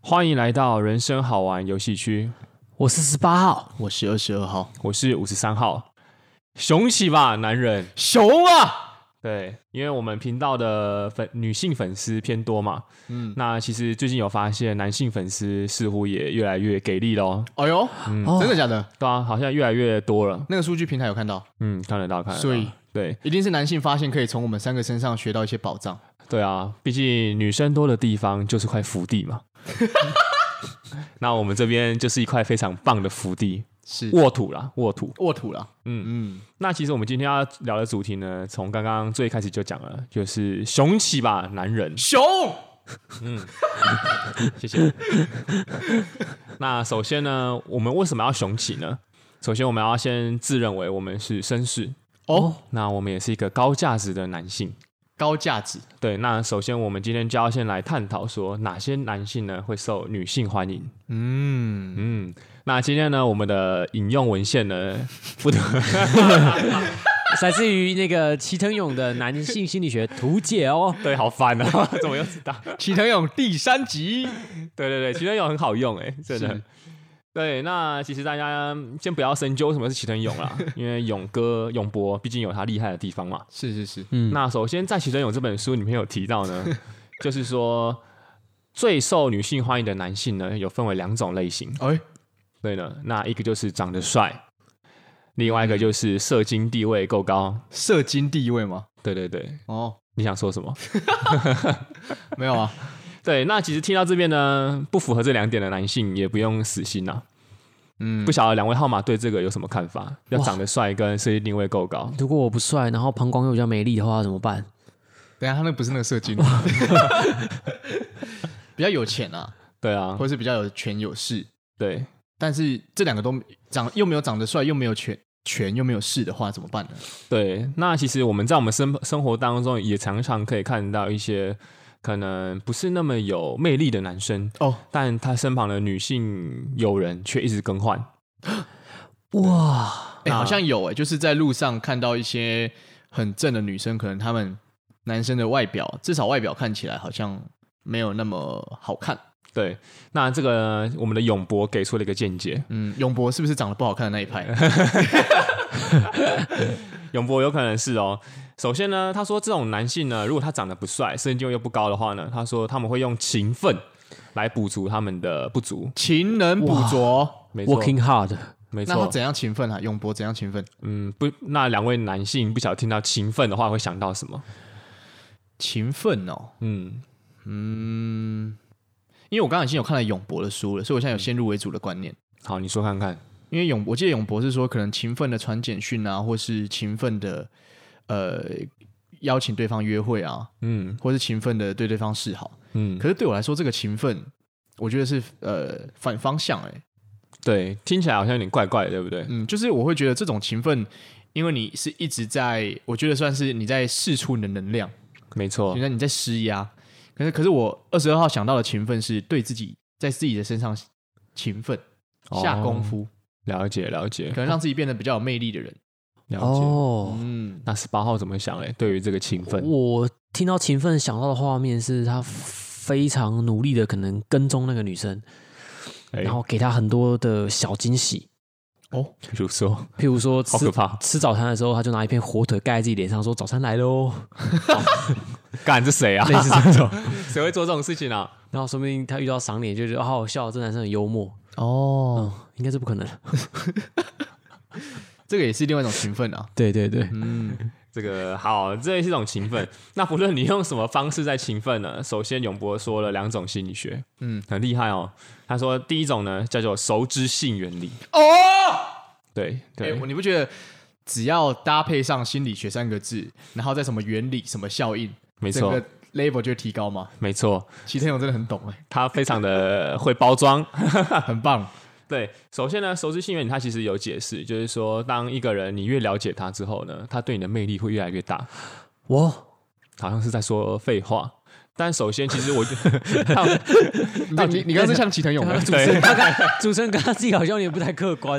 欢迎来到人生好玩游戏区，我是十八号，我是二十二号，我是五十三号，雄起吧，男人！熊啊！对，因为我们频道的粉女性粉丝偏多嘛，嗯，那其实最近有发现男性粉丝似乎也越来越给力喽，哎呦，哦真的假的？对啊，好像越来越多了，那个数据平台有看到，嗯，看得到，看得到，所以对一定是男性发现可以从我们三个身上学到一些宝藏。对啊，毕竟女生多的地方就是块福地 嘛，那我们这边就是一块非常棒的福地，是沃土啦，沃土，沃土啦，嗯那其实我们今天要聊的主题呢，从刚刚最开始就讲了，就是雄起吧，男人嗯，。熊嗯 谢谢。那首先呢，我们为什么要雄起呢？首先，我们要先自认为我们是绅士，哦，那我们也是一个高价值的男性。高价值对，那首先我们今天就要先来探讨说，哪些男性呢会受女性欢迎？嗯嗯，那今天呢，我们的引用文献呢，不得 。来自于那个齐藤勇的《男性心理学图解》哦对，好烦啊， 怎么又知道？齐藤勇第三集，对对对，齐藤勇很好用哎、真的是。对，那其实大家先不要深究什么是齐藤勇啦，因为勇哥、勇博毕竟有他厉害的地方嘛。是是是，嗯那首先在齐藤勇这本书里面有提到呢，就是说最受女性欢迎的男性呢，有分为两种类型。哎，对呢，那一个就是长得帅，另外一个就是社经地位够高。社经地位吗？对对对，哦，你想说什么？没有啊，对，那其实听到这边呢，不符合这两点的男性也不用死心呐、嗯不，晓得两位号码对这个有什么看法？要长得帅跟设计定位够高，如果我不帅，然后膀胱又比较没力的话，怎么办？等一下他那不是那个社 经，比较有钱啊，对啊，或是比较有权有势，对，但是这两个都长又没有长得帅，又没有权权又没有势的话，怎么办呢？对。那其实我们在我们生生活当中也常常可以看到一些可能不是那么有魅力的男生，哦，但他身旁的女性友人却一直更换。哇，哎、好像有哎、就是在路上看到一些很正的女生，可能她们男生的外表，至少外表看起来好像没有那么好看。对，那这个我们的永博给出了一个见解，嗯，永博是不是长得不好看的那一派？ 永博有可能是哦。首先呢，他说这种男性呢，如果他长得不帅，身经又不高的话呢，他说他们会用勤奋来补足他们的不足。勤能补拙，没错， ，working hard，没那他错，怎样勤奋啊？永博怎样勤奋？嗯，不，那两位男性不晓得听到勤奋的话会想到什么？勤奋哦，嗯，因为我刚刚已经有看了永博的书了，所以我现在有先入为主的观念。好，你说看看。因为永，我记得永博是说，可能勤奋的传简讯啊，或是勤奋的呃邀请对方约会啊，嗯或是勤奋的对对方示好。嗯，可是对我来说，这个勤奋，我觉得是呃反方向哎、对，听起来好像有点怪怪的，对不对？嗯，就是我会觉得这种勤奋，因为你是一直在，我觉得算是你在试出你的能量，没错你，在你在施压。可是可是我二十二号想到的勤奋是对自己在自己的身上勤奋下功哦，夫，了解了解可能让自己变得比较有魅力的人。了解。哦。嗯，那十八号怎么想嘞？对于这个勤奋，我听到勤奋想到的画面是他非常努力的，可能跟踪那个女生，哎然后给她很多的小惊喜，哦，比如说，譬如说好吃可怕，吃早餐的时候，他就拿一片火腿盖在自己脸上，说早餐来喽。干这谁啊？类似这种， 谁会做这种事情啊？然后说不定他遇到赏脸就觉得哦好好笑，这男生很幽默。哦，哦，应该是不可能。这个也是另外一种勤奋啊。对对对，嗯，这个好，这也是一种勤奋。那不论你用什么方式在勤奋呢，首先永博说了两种心理学，嗯嗯，很厉害哦。他说第一种呢叫做熟知性原理，哦，对对、对，我你不觉得只要搭配上心理学三个字，然后再什么原理、什么效应，没整错个 level 就会提高嘛。没错，齐天勇真的很懂哎、他非常的会包装。很棒。对，首先呢，熟知性原理它其实有解释，就是说当一个人你越了解他之后呢，他对你的魅力会越来越大，我好像是在说废话。但首先，其实我 你你你刚才像齐藤勇刚了刚，主持人刚刚主持人刚刚自己好像有点不太客观，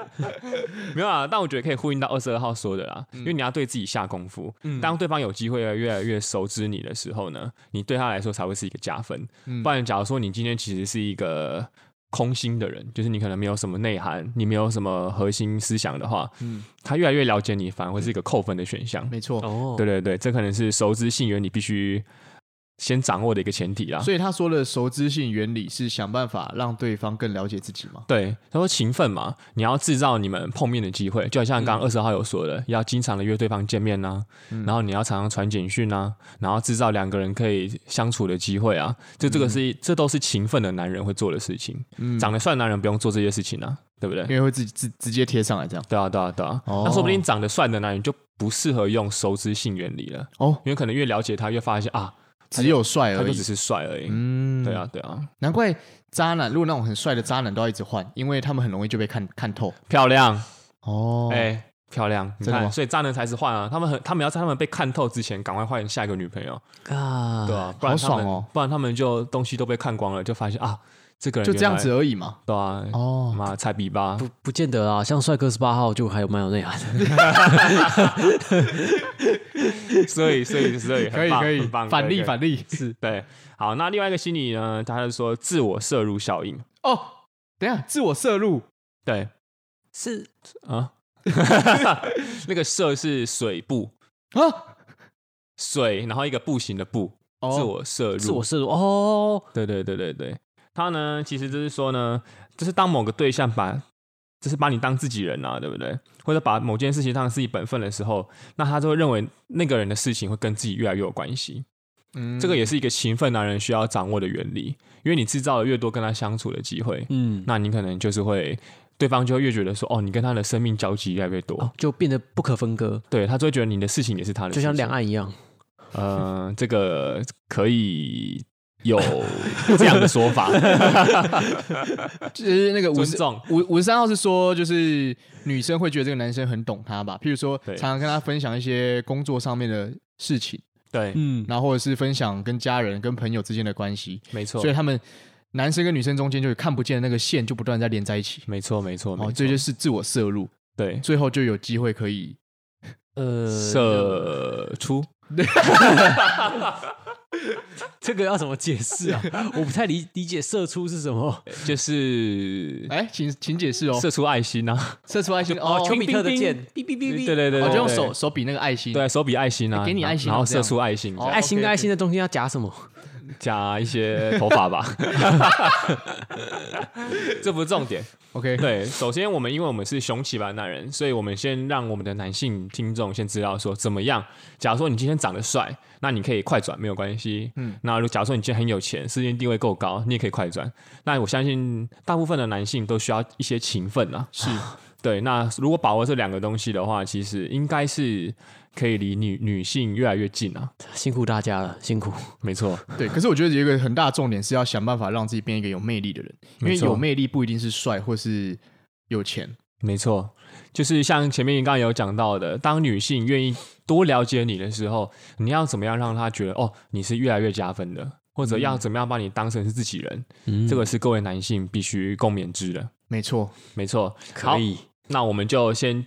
没有啊，但我觉得可以呼应到二十二号说的啦，嗯因为你要对自己下功夫。当对方有机会越来越熟知你的时候呢，你对他来说才会是一个加分。嗯不然，假如说你今天其实是一个空心的人，就是你可能没有什么内涵，你没有什么核心思想的话，嗯他越来越了解你，反而会是一个扣分的选项。 没错。哦，对对对，这可能是熟知性缘你必须先掌握的一个前提啦。所以他说的熟知性原理是想办法让对方更了解自己嘛？对，他说勤奋嘛，你要制造你们碰面的机会，就好像嗯刚刚二十号有说的，要经常的约对方见面呐、然后你要常常传简讯呐、然后制造两个人可以相处的机会啊，就这个是、这都是勤奋的男人会做的事情，嗯，长得帅的男人不用做这些事情啊，对不对因？为会自己直直接贴上来这样。对啊，对啊，对啊，哦那说不定长得帅的男人就不适合用熟知性原理了，哦，因为可能越了解他，越发现啊，只有帅他而就已只。是帅而已。嗯对啊，，对啊，难怪渣男，如果那种很帅的渣男都要一直换，因为他们很容易就被看看透。漂亮，哦哎、漂亮，你真的看，吗所以渣男才是换啊，他们很，他们要在他们被看透之前，赶快换下一个女朋友，啊，对啊，不然他们爽哦不然他们就东西都被看光了，就发现啊，这个人就这样子原来，而已嘛。对啊，哦，妈菜比吧，不不见得啊，像帅哥十八号就还有蛮有内涵的，所以所以所以可以可以，反例反例例 是对，好，那另外一个心理呢，他是说自我摄入效应，哦。等一下，自我摄入对是 啊，那个摄是水部啊，水，然后一个步行的步，哦自我摄入，自我摄入哦，对对对对对，他呢，其实就是说呢，就是当某个对象把，就是把你当自己人啊，对不对？或者把某件事情当成自己本分的时候，那他就会认为那个人的事情会跟自己越来越有关系。嗯这个也是一个勤奋男人需要掌握的原理，因为你制造了越多跟他相处的机会，嗯，那你可能就是会，对方就会越觉得说，哦，你跟他的生命交集越来越多，哦就变得不可分割，对他就会觉得你的事情也是他的事就情，像两岸一样，呃，这个可以有 这样的说 法， 就是那个五尊十重五五十三号是说，就是女生会觉得这个男生很懂她吧，譬如说对常常跟她分享一些工作上面的事情，对，嗯，然后或者是分享跟家人、跟朋友之间的关系，没错所以。他们男生跟女生中间就有看不见的那个线，就不断地在连在一起。没错，没错，没哦，错，这就是自我摄入，对最后就有机会可以呃，射出。这个要怎么解释 啊？我不太理理解射出是什哦么。就是哎，请请解释哦，射出爱心 啊，射出爱心哦，丘比特的箭，哔哔哔对哔，对对对，我就用对手手比那个爱心，对手比爱心啊，给你爱心啊然后这样射出爱心，哦这样爱心 OK，OK 跟爱心的中间要夹什么？加一些头发吧， 这不是重点。 ，OK，对，首先我们因为我们是雄起吧男人，所以我们先让我们的男性听众先知道说怎么样。假如说你今天长得帅，那你可以快转没有关系。嗯嗯，那如果假如说你今天很有钱，世界地位够高，你也可以快转。那我相信大部分的男性都需要一些勤奋啊，是 对，那如果把握这两个东西的话，其实应该是可以离女女性越来越近啊。辛苦大家了，辛苦。没错，对。可是我觉得有一个很大的重点是要想办法让自己变一个有魅力的人，因为没错有魅力不一定是帅或是有钱，没错，就是像前面刚刚有讲到的，当女性愿意多了解你的时候，你要怎么样让她觉得哦，你是越来越加分的，或者要怎么样把你当成是自己人，嗯，这个是各位男性必须共勉之的。没错，没错，好可，以。那我们就先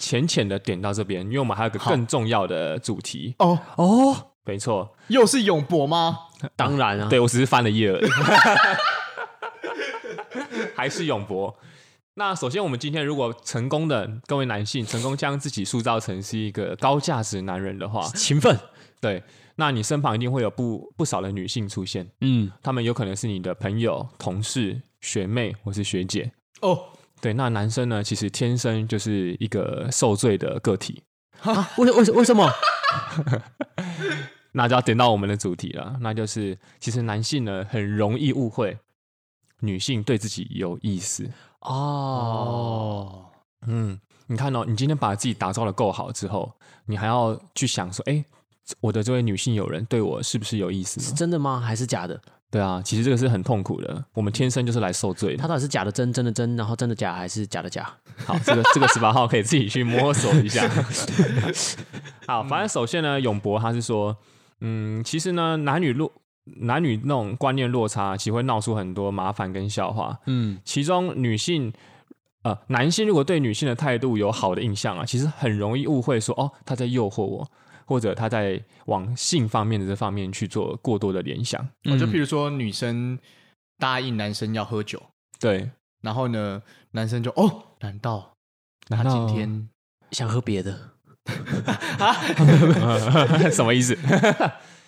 浅浅的点到这边，因为我们还有个好更重要的主题。哦，哦，没错，又是永博吗？当然啊，对我只是翻了页而已， 还是永博。那首先，我们今天如果成功的各位男性成功将自己塑造成是一个高价值男人的话，勤奋，对，那你身旁一定会有不不少的女性出现，嗯，她们有可能是你的朋友、同事、学妹或是学姐。哦，对，那男生呢，其实天生就是一个受罪的个体，啊，为为为什么？那就要点到我们的主题了，那就是其实男性呢很容易误会女性对自己有意思。哦，哦，嗯，你看哦，你今天把自己打造的够好之后，你还要去想说，哎，我的这位女性友人对我是不是有意思是呢？真的吗？还是假的？对啊，其实这个是很痛苦的，我们天生就是来受罪它的。到底是假的真，真的真，然后真的假，还是假的假？好，这个这个十八号可以自己去摸索一下。好，反正首先呢，永博他是说，嗯，其实呢，男女落男女那种观念落差，其实会闹出很多麻烦跟笑话。嗯，其中女性。呃，男性如果对女性的态度有好的印象啊，其实很容易误会说哦，他在诱惑我，或者他在往性方面的这方面去做过多的联想。我哦就譬如说女生答应男生要喝酒，对， 然后呢，男生就哦，难道他难道今天想喝别的，什么意思？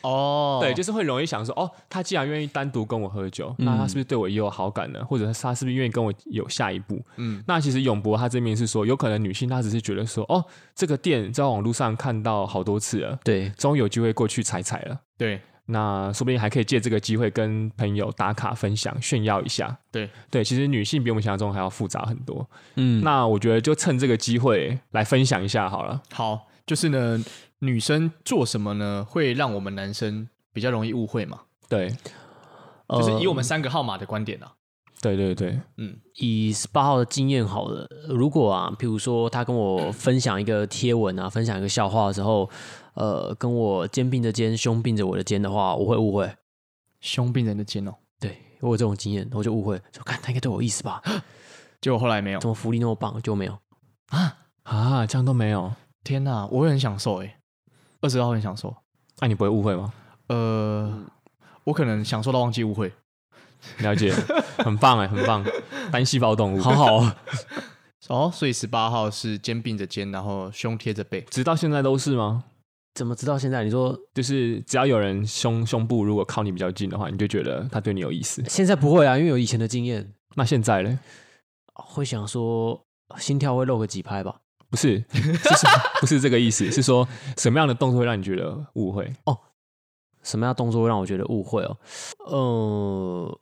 哦，对，就是会容易想说，哦，他既然愿意单独跟我喝酒，那他是不是对我也有好感呢？或者他是不是愿意跟我有下一步？嗯那其实永博他这边是说，有可能女性她只是觉得说，哦，这个店在网络上看到好多次了，对，终于有机会过去踩踩了。对，那说不定还可以借这个机会跟朋友打卡分享炫耀一下。对对，其实女性比我们想象中还要复杂很多。嗯，那我觉得就趁这个机会来分享一下好了。好，就是呢，女生做什么呢，会让我们男生比较容易误会嘛？对，就是以我们三个号码的观点啊，对对对，以十八号的经验好了，如果啊，譬如说他跟我分享一个贴文啊，分享一个笑话的时候，呃，跟我肩并着肩，胸并着我的肩的话，我会误会。凶病人的肩哦，对我有这种经验，我就误会，说看他应该对我有意思吧？结果后来没有怎，么福利那么棒就没有？啊，这样都没有，天哪、我会很享受哎、二十号很享受，那、啊你不会误会吗？呃，我可能享受到忘记误会，了 解，很棒哎，很棒，单细胞动物，好好哦，哦，所以十八号是肩并着肩，然后胸贴着背，直到现在都是吗？怎么直到现在？你说就是只要有人胸胸部如果靠你比较近的话，你就觉得他对你有意思。现在不会啊，因为有以前的经验，那现在嘞？会想说心跳会漏个几拍吧。不是，是什 不是这个意思，是说什么样的动作会让你觉得误会？什么样的动作会让我觉得误会哦？呃，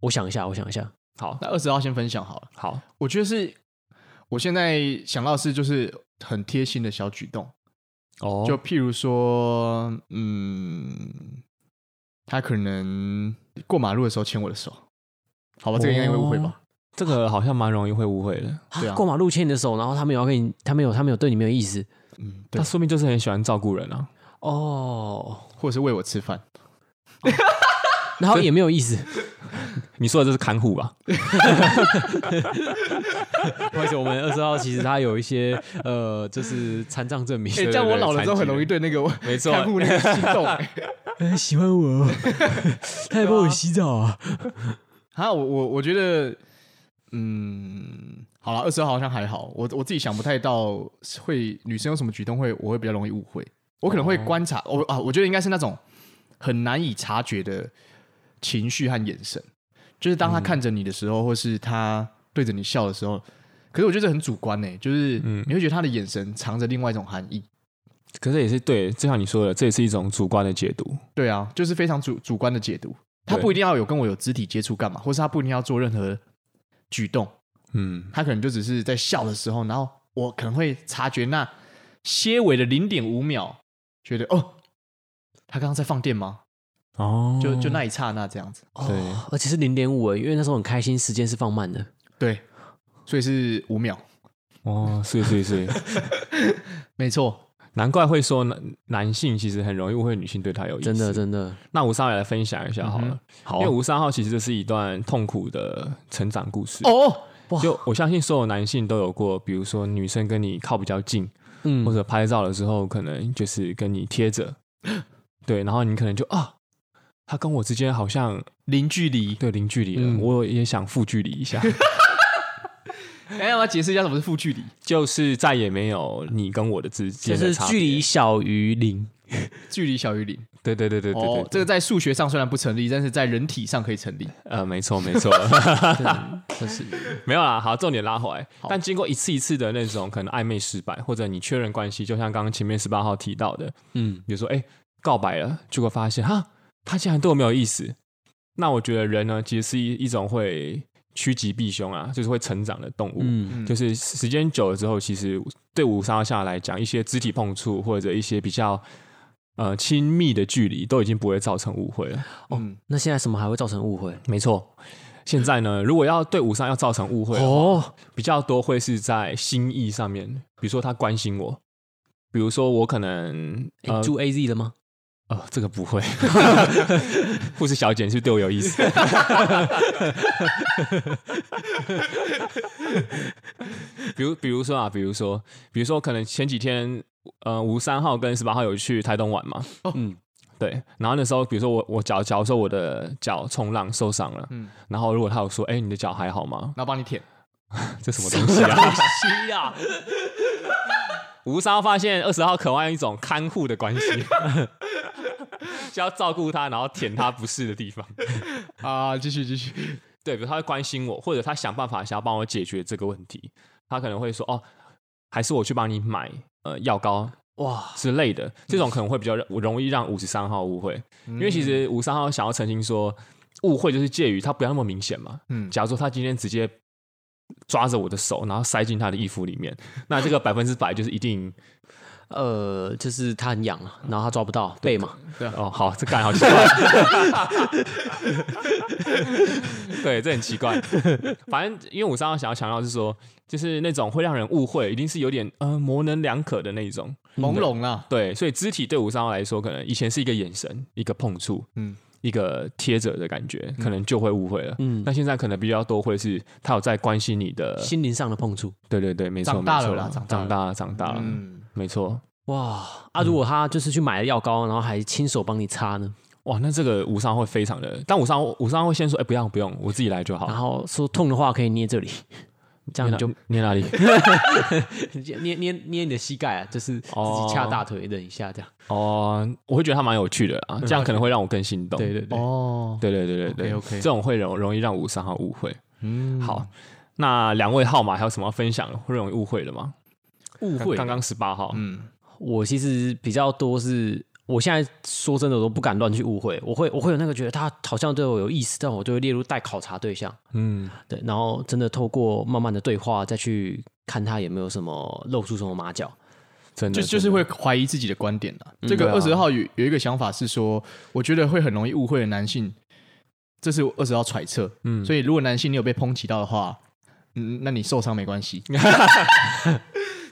我想一下，我想一下，好那二十号先分享好了。好，我觉得是，我现在想到的是就是很贴心的小举动，哦就譬如说，嗯，他可能过马路的时候牵我的手，好吧，这个应该会误会吧？这个好像蛮容易会误会 的。对啊过马路牵你的手，然后他没有要跟你，他没有，他没有对你没有意思嗯，对他，说明就是很喜欢照顾人啊。哦，或者是喂我吃饭，然后也没有意 思。你说的这是看护吧？而且我们二十号其实他有一些呃，就是残障证明哎、这样我老了之后很容易对那个没错看护那个心 动、欸。喜欢我， 他还帮我洗澡啊。啊，我我我觉得，嗯，好了，二十号好像还好，我我自己想不太到会女生有什么举动会我会比较容易误会，我可能哦会观察，我啊，我觉得应该是那种很难以察觉的情绪和眼神，就是当他嗯看着你的时候，或是他对着你笑的时候，可是我觉得这很主观呢、就是嗯你会觉得他的眼神藏着另外一种含义，可是也是对，就像你说的，这也是一种主观的解读。对啊，就是非常主主观的解读，他对不一定要有跟我有肢体接触干嘛，或是他不一定要做任何举动。嗯，他可能就只是在笑的时候，然后我可能会察觉那些微的零点五秒，觉得哦，他刚刚在放电吗？哦，就就那一刹那这样子，对哦，而且是零点五，因为那时候很开心，时间是放慢的。对，所以是五秒，哦，是是是， 没错，难怪会说男男性其实很容易误会女性对他有意思。真的，真的那吴三号也来分享一下好了，啊嗯好因为吴三号其实这是一段痛苦的成长故事。哦， 就我相信所有男性都有过，比如说女生跟你靠比较近，嗯或者拍照的时候可能就是跟你贴 着，对，然后你可能就啊，他跟我之间好像零距离。对零距离了，嗯我也想负距离一 下，哎，要不要解释一下什么是负距离？就是再也没有你跟我的之就间的是差别距离，小于 零。距离小于零。对对对对对对哦，这个在数学上虽然不成立，但是在人体上可以成立。呃，没错没错，这是没有啦，好，重点拉回来。但经过一次一次的那种可能暧昧失败，或者你确认关系，就像刚刚前面十八号提到的，嗯，比如说哎、告白了，结果发现哈他竟然对我没有意思，那我觉得人呢其实是一一种会趋吉避凶啊，就是会成长的动物。嗯，嗯，就是时间久了之后，其实对五三下来讲，一些肢体碰触或者一些比较呃亲密的距离，都已经不会造成误会了。嗯，那现在什么还会造成误会？没错，现在呢，如果要对五三要造成误会的话哦，比较多会是在心意上面，比如说他关心我，比如说我可能你呃 住 AZ 了吗？哦，这个不会。护士小姐，你是不是对我有意思？ 比如，比如说啊，比如说，比如说，可能前几天，呃，吴三号跟十八号有去台东玩嘛？嗯，对。然后那时候，比如说我我脚，假如说我的脚冲浪受伤了，嗯然后如果他有说，哎、你的脚还好吗？然后帮你舔，这什么东西啊？西啦，吴三号发现二十号渴望一种看护的关系， 就要照顾他，然后舔他不适的地方。啊，继续继续，对，比如他会关心我，或者他想办法想要帮我解决这个问题，他可能会说哦，还是我去帮你买呃药膏哇，之类的，这种可能会比较让容易让五十三号误会，嗯因为其实五三号想要澄清说，误会就是介于他不要那么明显嘛。嗯假如说他今天直接抓着我的手，然后塞进他的衣服里面，那这个百分之百就是一定呃，就是他很痒啊，然后他抓不到背嘛，哦，好，这干好奇怪， 对，这很奇怪。反正因为五三号想要强调是说，就是那种会让人误会，一定是有点呃模棱两可的那一种。朦胧啦，对，所以肢体对五三号来说，可能以前是一个眼神、一个碰触、嗯一个贴着的感觉，可能就会误会了。嗯那现在可能比较多会是他有在关心你的，心灵上的碰触。对对对，没错，长大了没错啦长大长了大了，长大了，嗯，没错。哇啊！如果他就是去买了药膏，然后还亲手帮你擦呢，哇，那这个五三会非常的，但五三五三会先说，哎、不用不用，我自己来就好然。后说痛的话可以捏 这里，这样你就捏哪里？捏捏捏你的膝盖啊，就是自哦己掐大腿忍一下这样。 哦，我会觉得它蛮有趣的啊，这样可能会让我更心动。对对对，哦，对对对对对 OK，OK 这种会容容易让五三号误会。嗯，好，那两位号码还有什么要分享会容易误会的吗？误会刚刚十八号，嗯，我其实比较多是，我现在说真的，我都不敢乱去误会，我会我会有那个觉得他好像对我有意思，但我就会列入待考察对象，嗯，对，然后真的透过慢慢的对话再去看他有没有什么露出什么马脚，真的就就是真的会怀疑自己的观点啦。这个对啊二十号有有一个想法是说，我觉得会很容易误会的男性，这是二十号揣测。嗯所以如果男性你有被抨击到的话，嗯，那你受伤没 关系。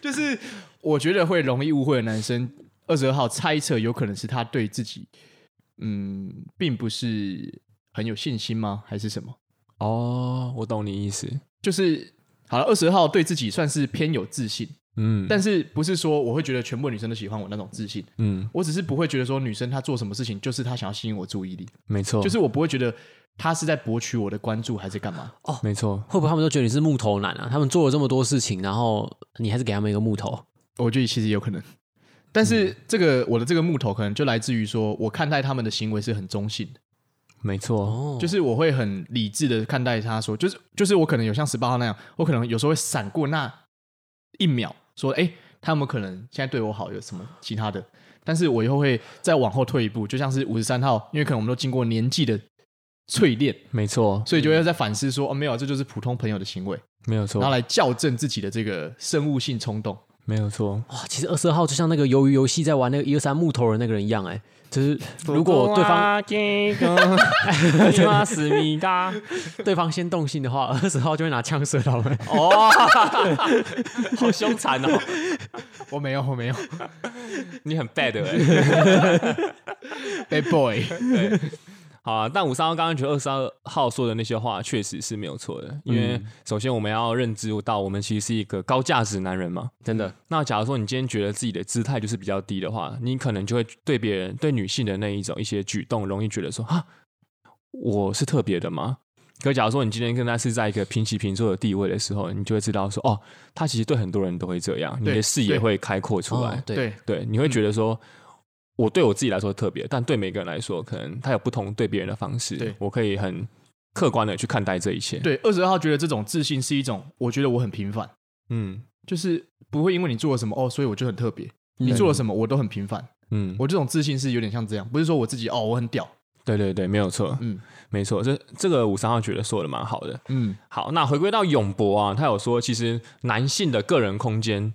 就是我觉得会容易误会的男生，二十二号猜测有可能是他对自己，嗯，并不是很有信心吗？还是什么？哦，我懂你意思。就是好了，二十号对自己算是偏有自信，嗯，但是不是说我会觉得全部女生都喜欢我那种自信。嗯，我只是不会觉得说女生她做什么事情就是她想要吸引我注意力，没错，就是我不会觉得她是在博取我的关注还是干嘛。没错。会不会他们都觉得你是木头男啊？他们做了这么多事情，然后你还是给他们一个木头，我觉得其实也有可能，但是这个我的这个木头可能就来自于说我看待他们的行为是很中性的，没错，哦，就是我会很理智的看待他说，就是就是我可能有像十八号那样，我可能有时候会闪过那一秒，说哎、诶他们可能现在对我好有什么其他的，但是我以后会再往后退一步，就像是五十三号，因为可能我们都经过年纪的淬炼。没错，所以就会在反思说，哦，没有，这就是普通朋友的行为，没有然后错，来校正自己的这个生物性冲动。没有错。哇，其实二十二号就像那个鱿鱼游戏在玩那个一二三木头人那个人一样、哎，就是如果对方这个啊死米嘎， 对方先动心的话，二十号就会拿枪射他们。哦， 好凶残哦，我没有，我没有你很 bad 哎、 ，bad boy。好啊，但五三号刚刚觉得二十二号说的那些话确实是没有错的，因嗯为首先我们要认知到，我们其实是一个高价值男人嘛。真的，那假如说你今天觉得自己的姿态就是比较低的话，你可能就会对别人、对女性的那一种一些举动，容易觉得说啊，我是特别的吗？可假如说你今天跟他是在一个平起平坐的地位的时候，你就会知道说，哦，他其实对很多人都会这样，你对的视野对会开阔出来哦。对，对，对，你会嗯觉得说，我对我自己来说特别，但对每个人来说，可能他有不同对别人的方式。对我可以很客观的去看待这一切。，对，二十二号觉得这种自信是一种，我觉得我很平凡，嗯就是不会因为你做了什么哦，所以我就很特别。你嗯做了什么我都很平凡。嗯，我这种自信是有点像这样，不是说我自己哦，我很屌。对对对，没有错，嗯没错。这这个五三号觉得说的蛮好的。嗯，好，那回归到永博啊，他有说，其实男性的个人空间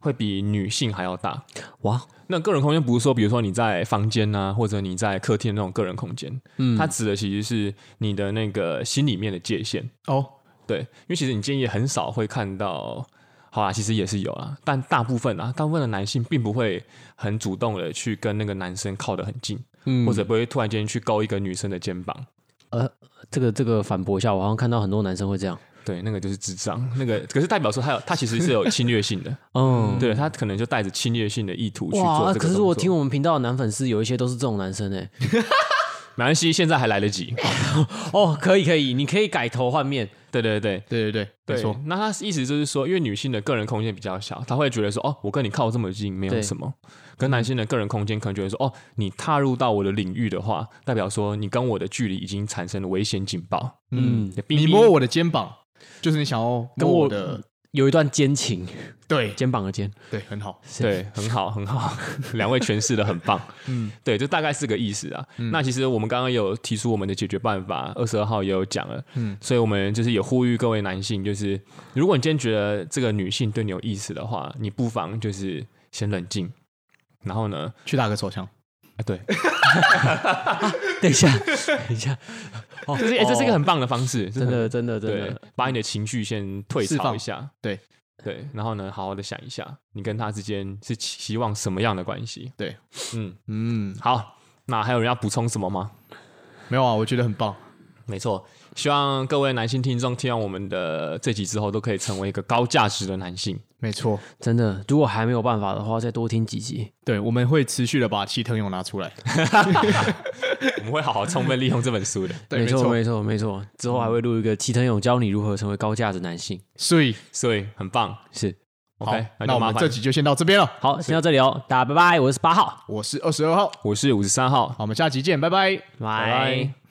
会比女性还要大。哇，那个人空间不是说，比如说你在房间啊，或者你在客厅那种个人空间，嗯，它指的其实是你的那个心里面的界限。哦，对，因为其实你今天也很少会看到，好啦，其实也是有啦，但大部分啊，大部分的男性并不会很主动的去跟那个男生靠得很近，嗯或者不会突然间去勾一个女生的肩膀。嗯这个这个反驳一下，我好像看到很多男生会这样。对，那个就是智障，那个可是代表说他有他其实是有侵略 性的，嗯，对他可能就带着侵略性的意图去哇！做这个动作。可是我听我们频道的男粉丝有一些都是这种男生哎、马来西现在还来得及。哦，可以可以，你可以改头换面。对对对对对对，没对错，，那他意思就是说，因为女性的个人空间比较小，她会觉得说，哦，我跟你靠这么近没有对什么；跟男性的个人空间可能觉得说，哦，你踏入到我的领域的话，代表说你跟我的距离已经产生了危险警报。嗯，冰你冰摸我的肩膀，就是你想要跟摸我我的，有一段奸情， 对肩膀的肩。对，很好，对，很好，很好， 两位诠释的很 棒。嗯，对，就大概是个意思啊。嗯那其实我们刚刚有提出我们的解决办法，二十二号也有讲了。嗯，所以我们就是也呼吁各位男性，就是如果你今天觉得这个女性对你有意思的话，你不妨就是先冷静，然后呢，去打个手枪，啊， 对， 等一下， 等一下，哦，这是、哎这是一个哦很棒的方式，真的真的真对的，，把你的情绪先退释潮放一下，对对，然后呢，好好的想一下，你跟他之间是期希望什么样的关系？对，嗯，嗯，好，那还有人要补充什么吗？没有啊，我觉得很棒，没错，希望各位男性听众听完我们的这集之后，都可以成为一个高价值的男 性。没错，真的。如果还没有办法的话，再多听几集。对，我们会持续的把齐藤勇拿出来，我们会好好充分利用这本书的。对，没错，没错，没错。之后还会录一个齐藤勇教你如何成为高价值男性。所以所以很棒。是，好 OK，，那那就我麻们烦这。集就先到这边了，好，先到这里哦，大家拜拜，我是八号，我是二十二号，我是五十三号，好，我们下集见，拜拜。拜拜。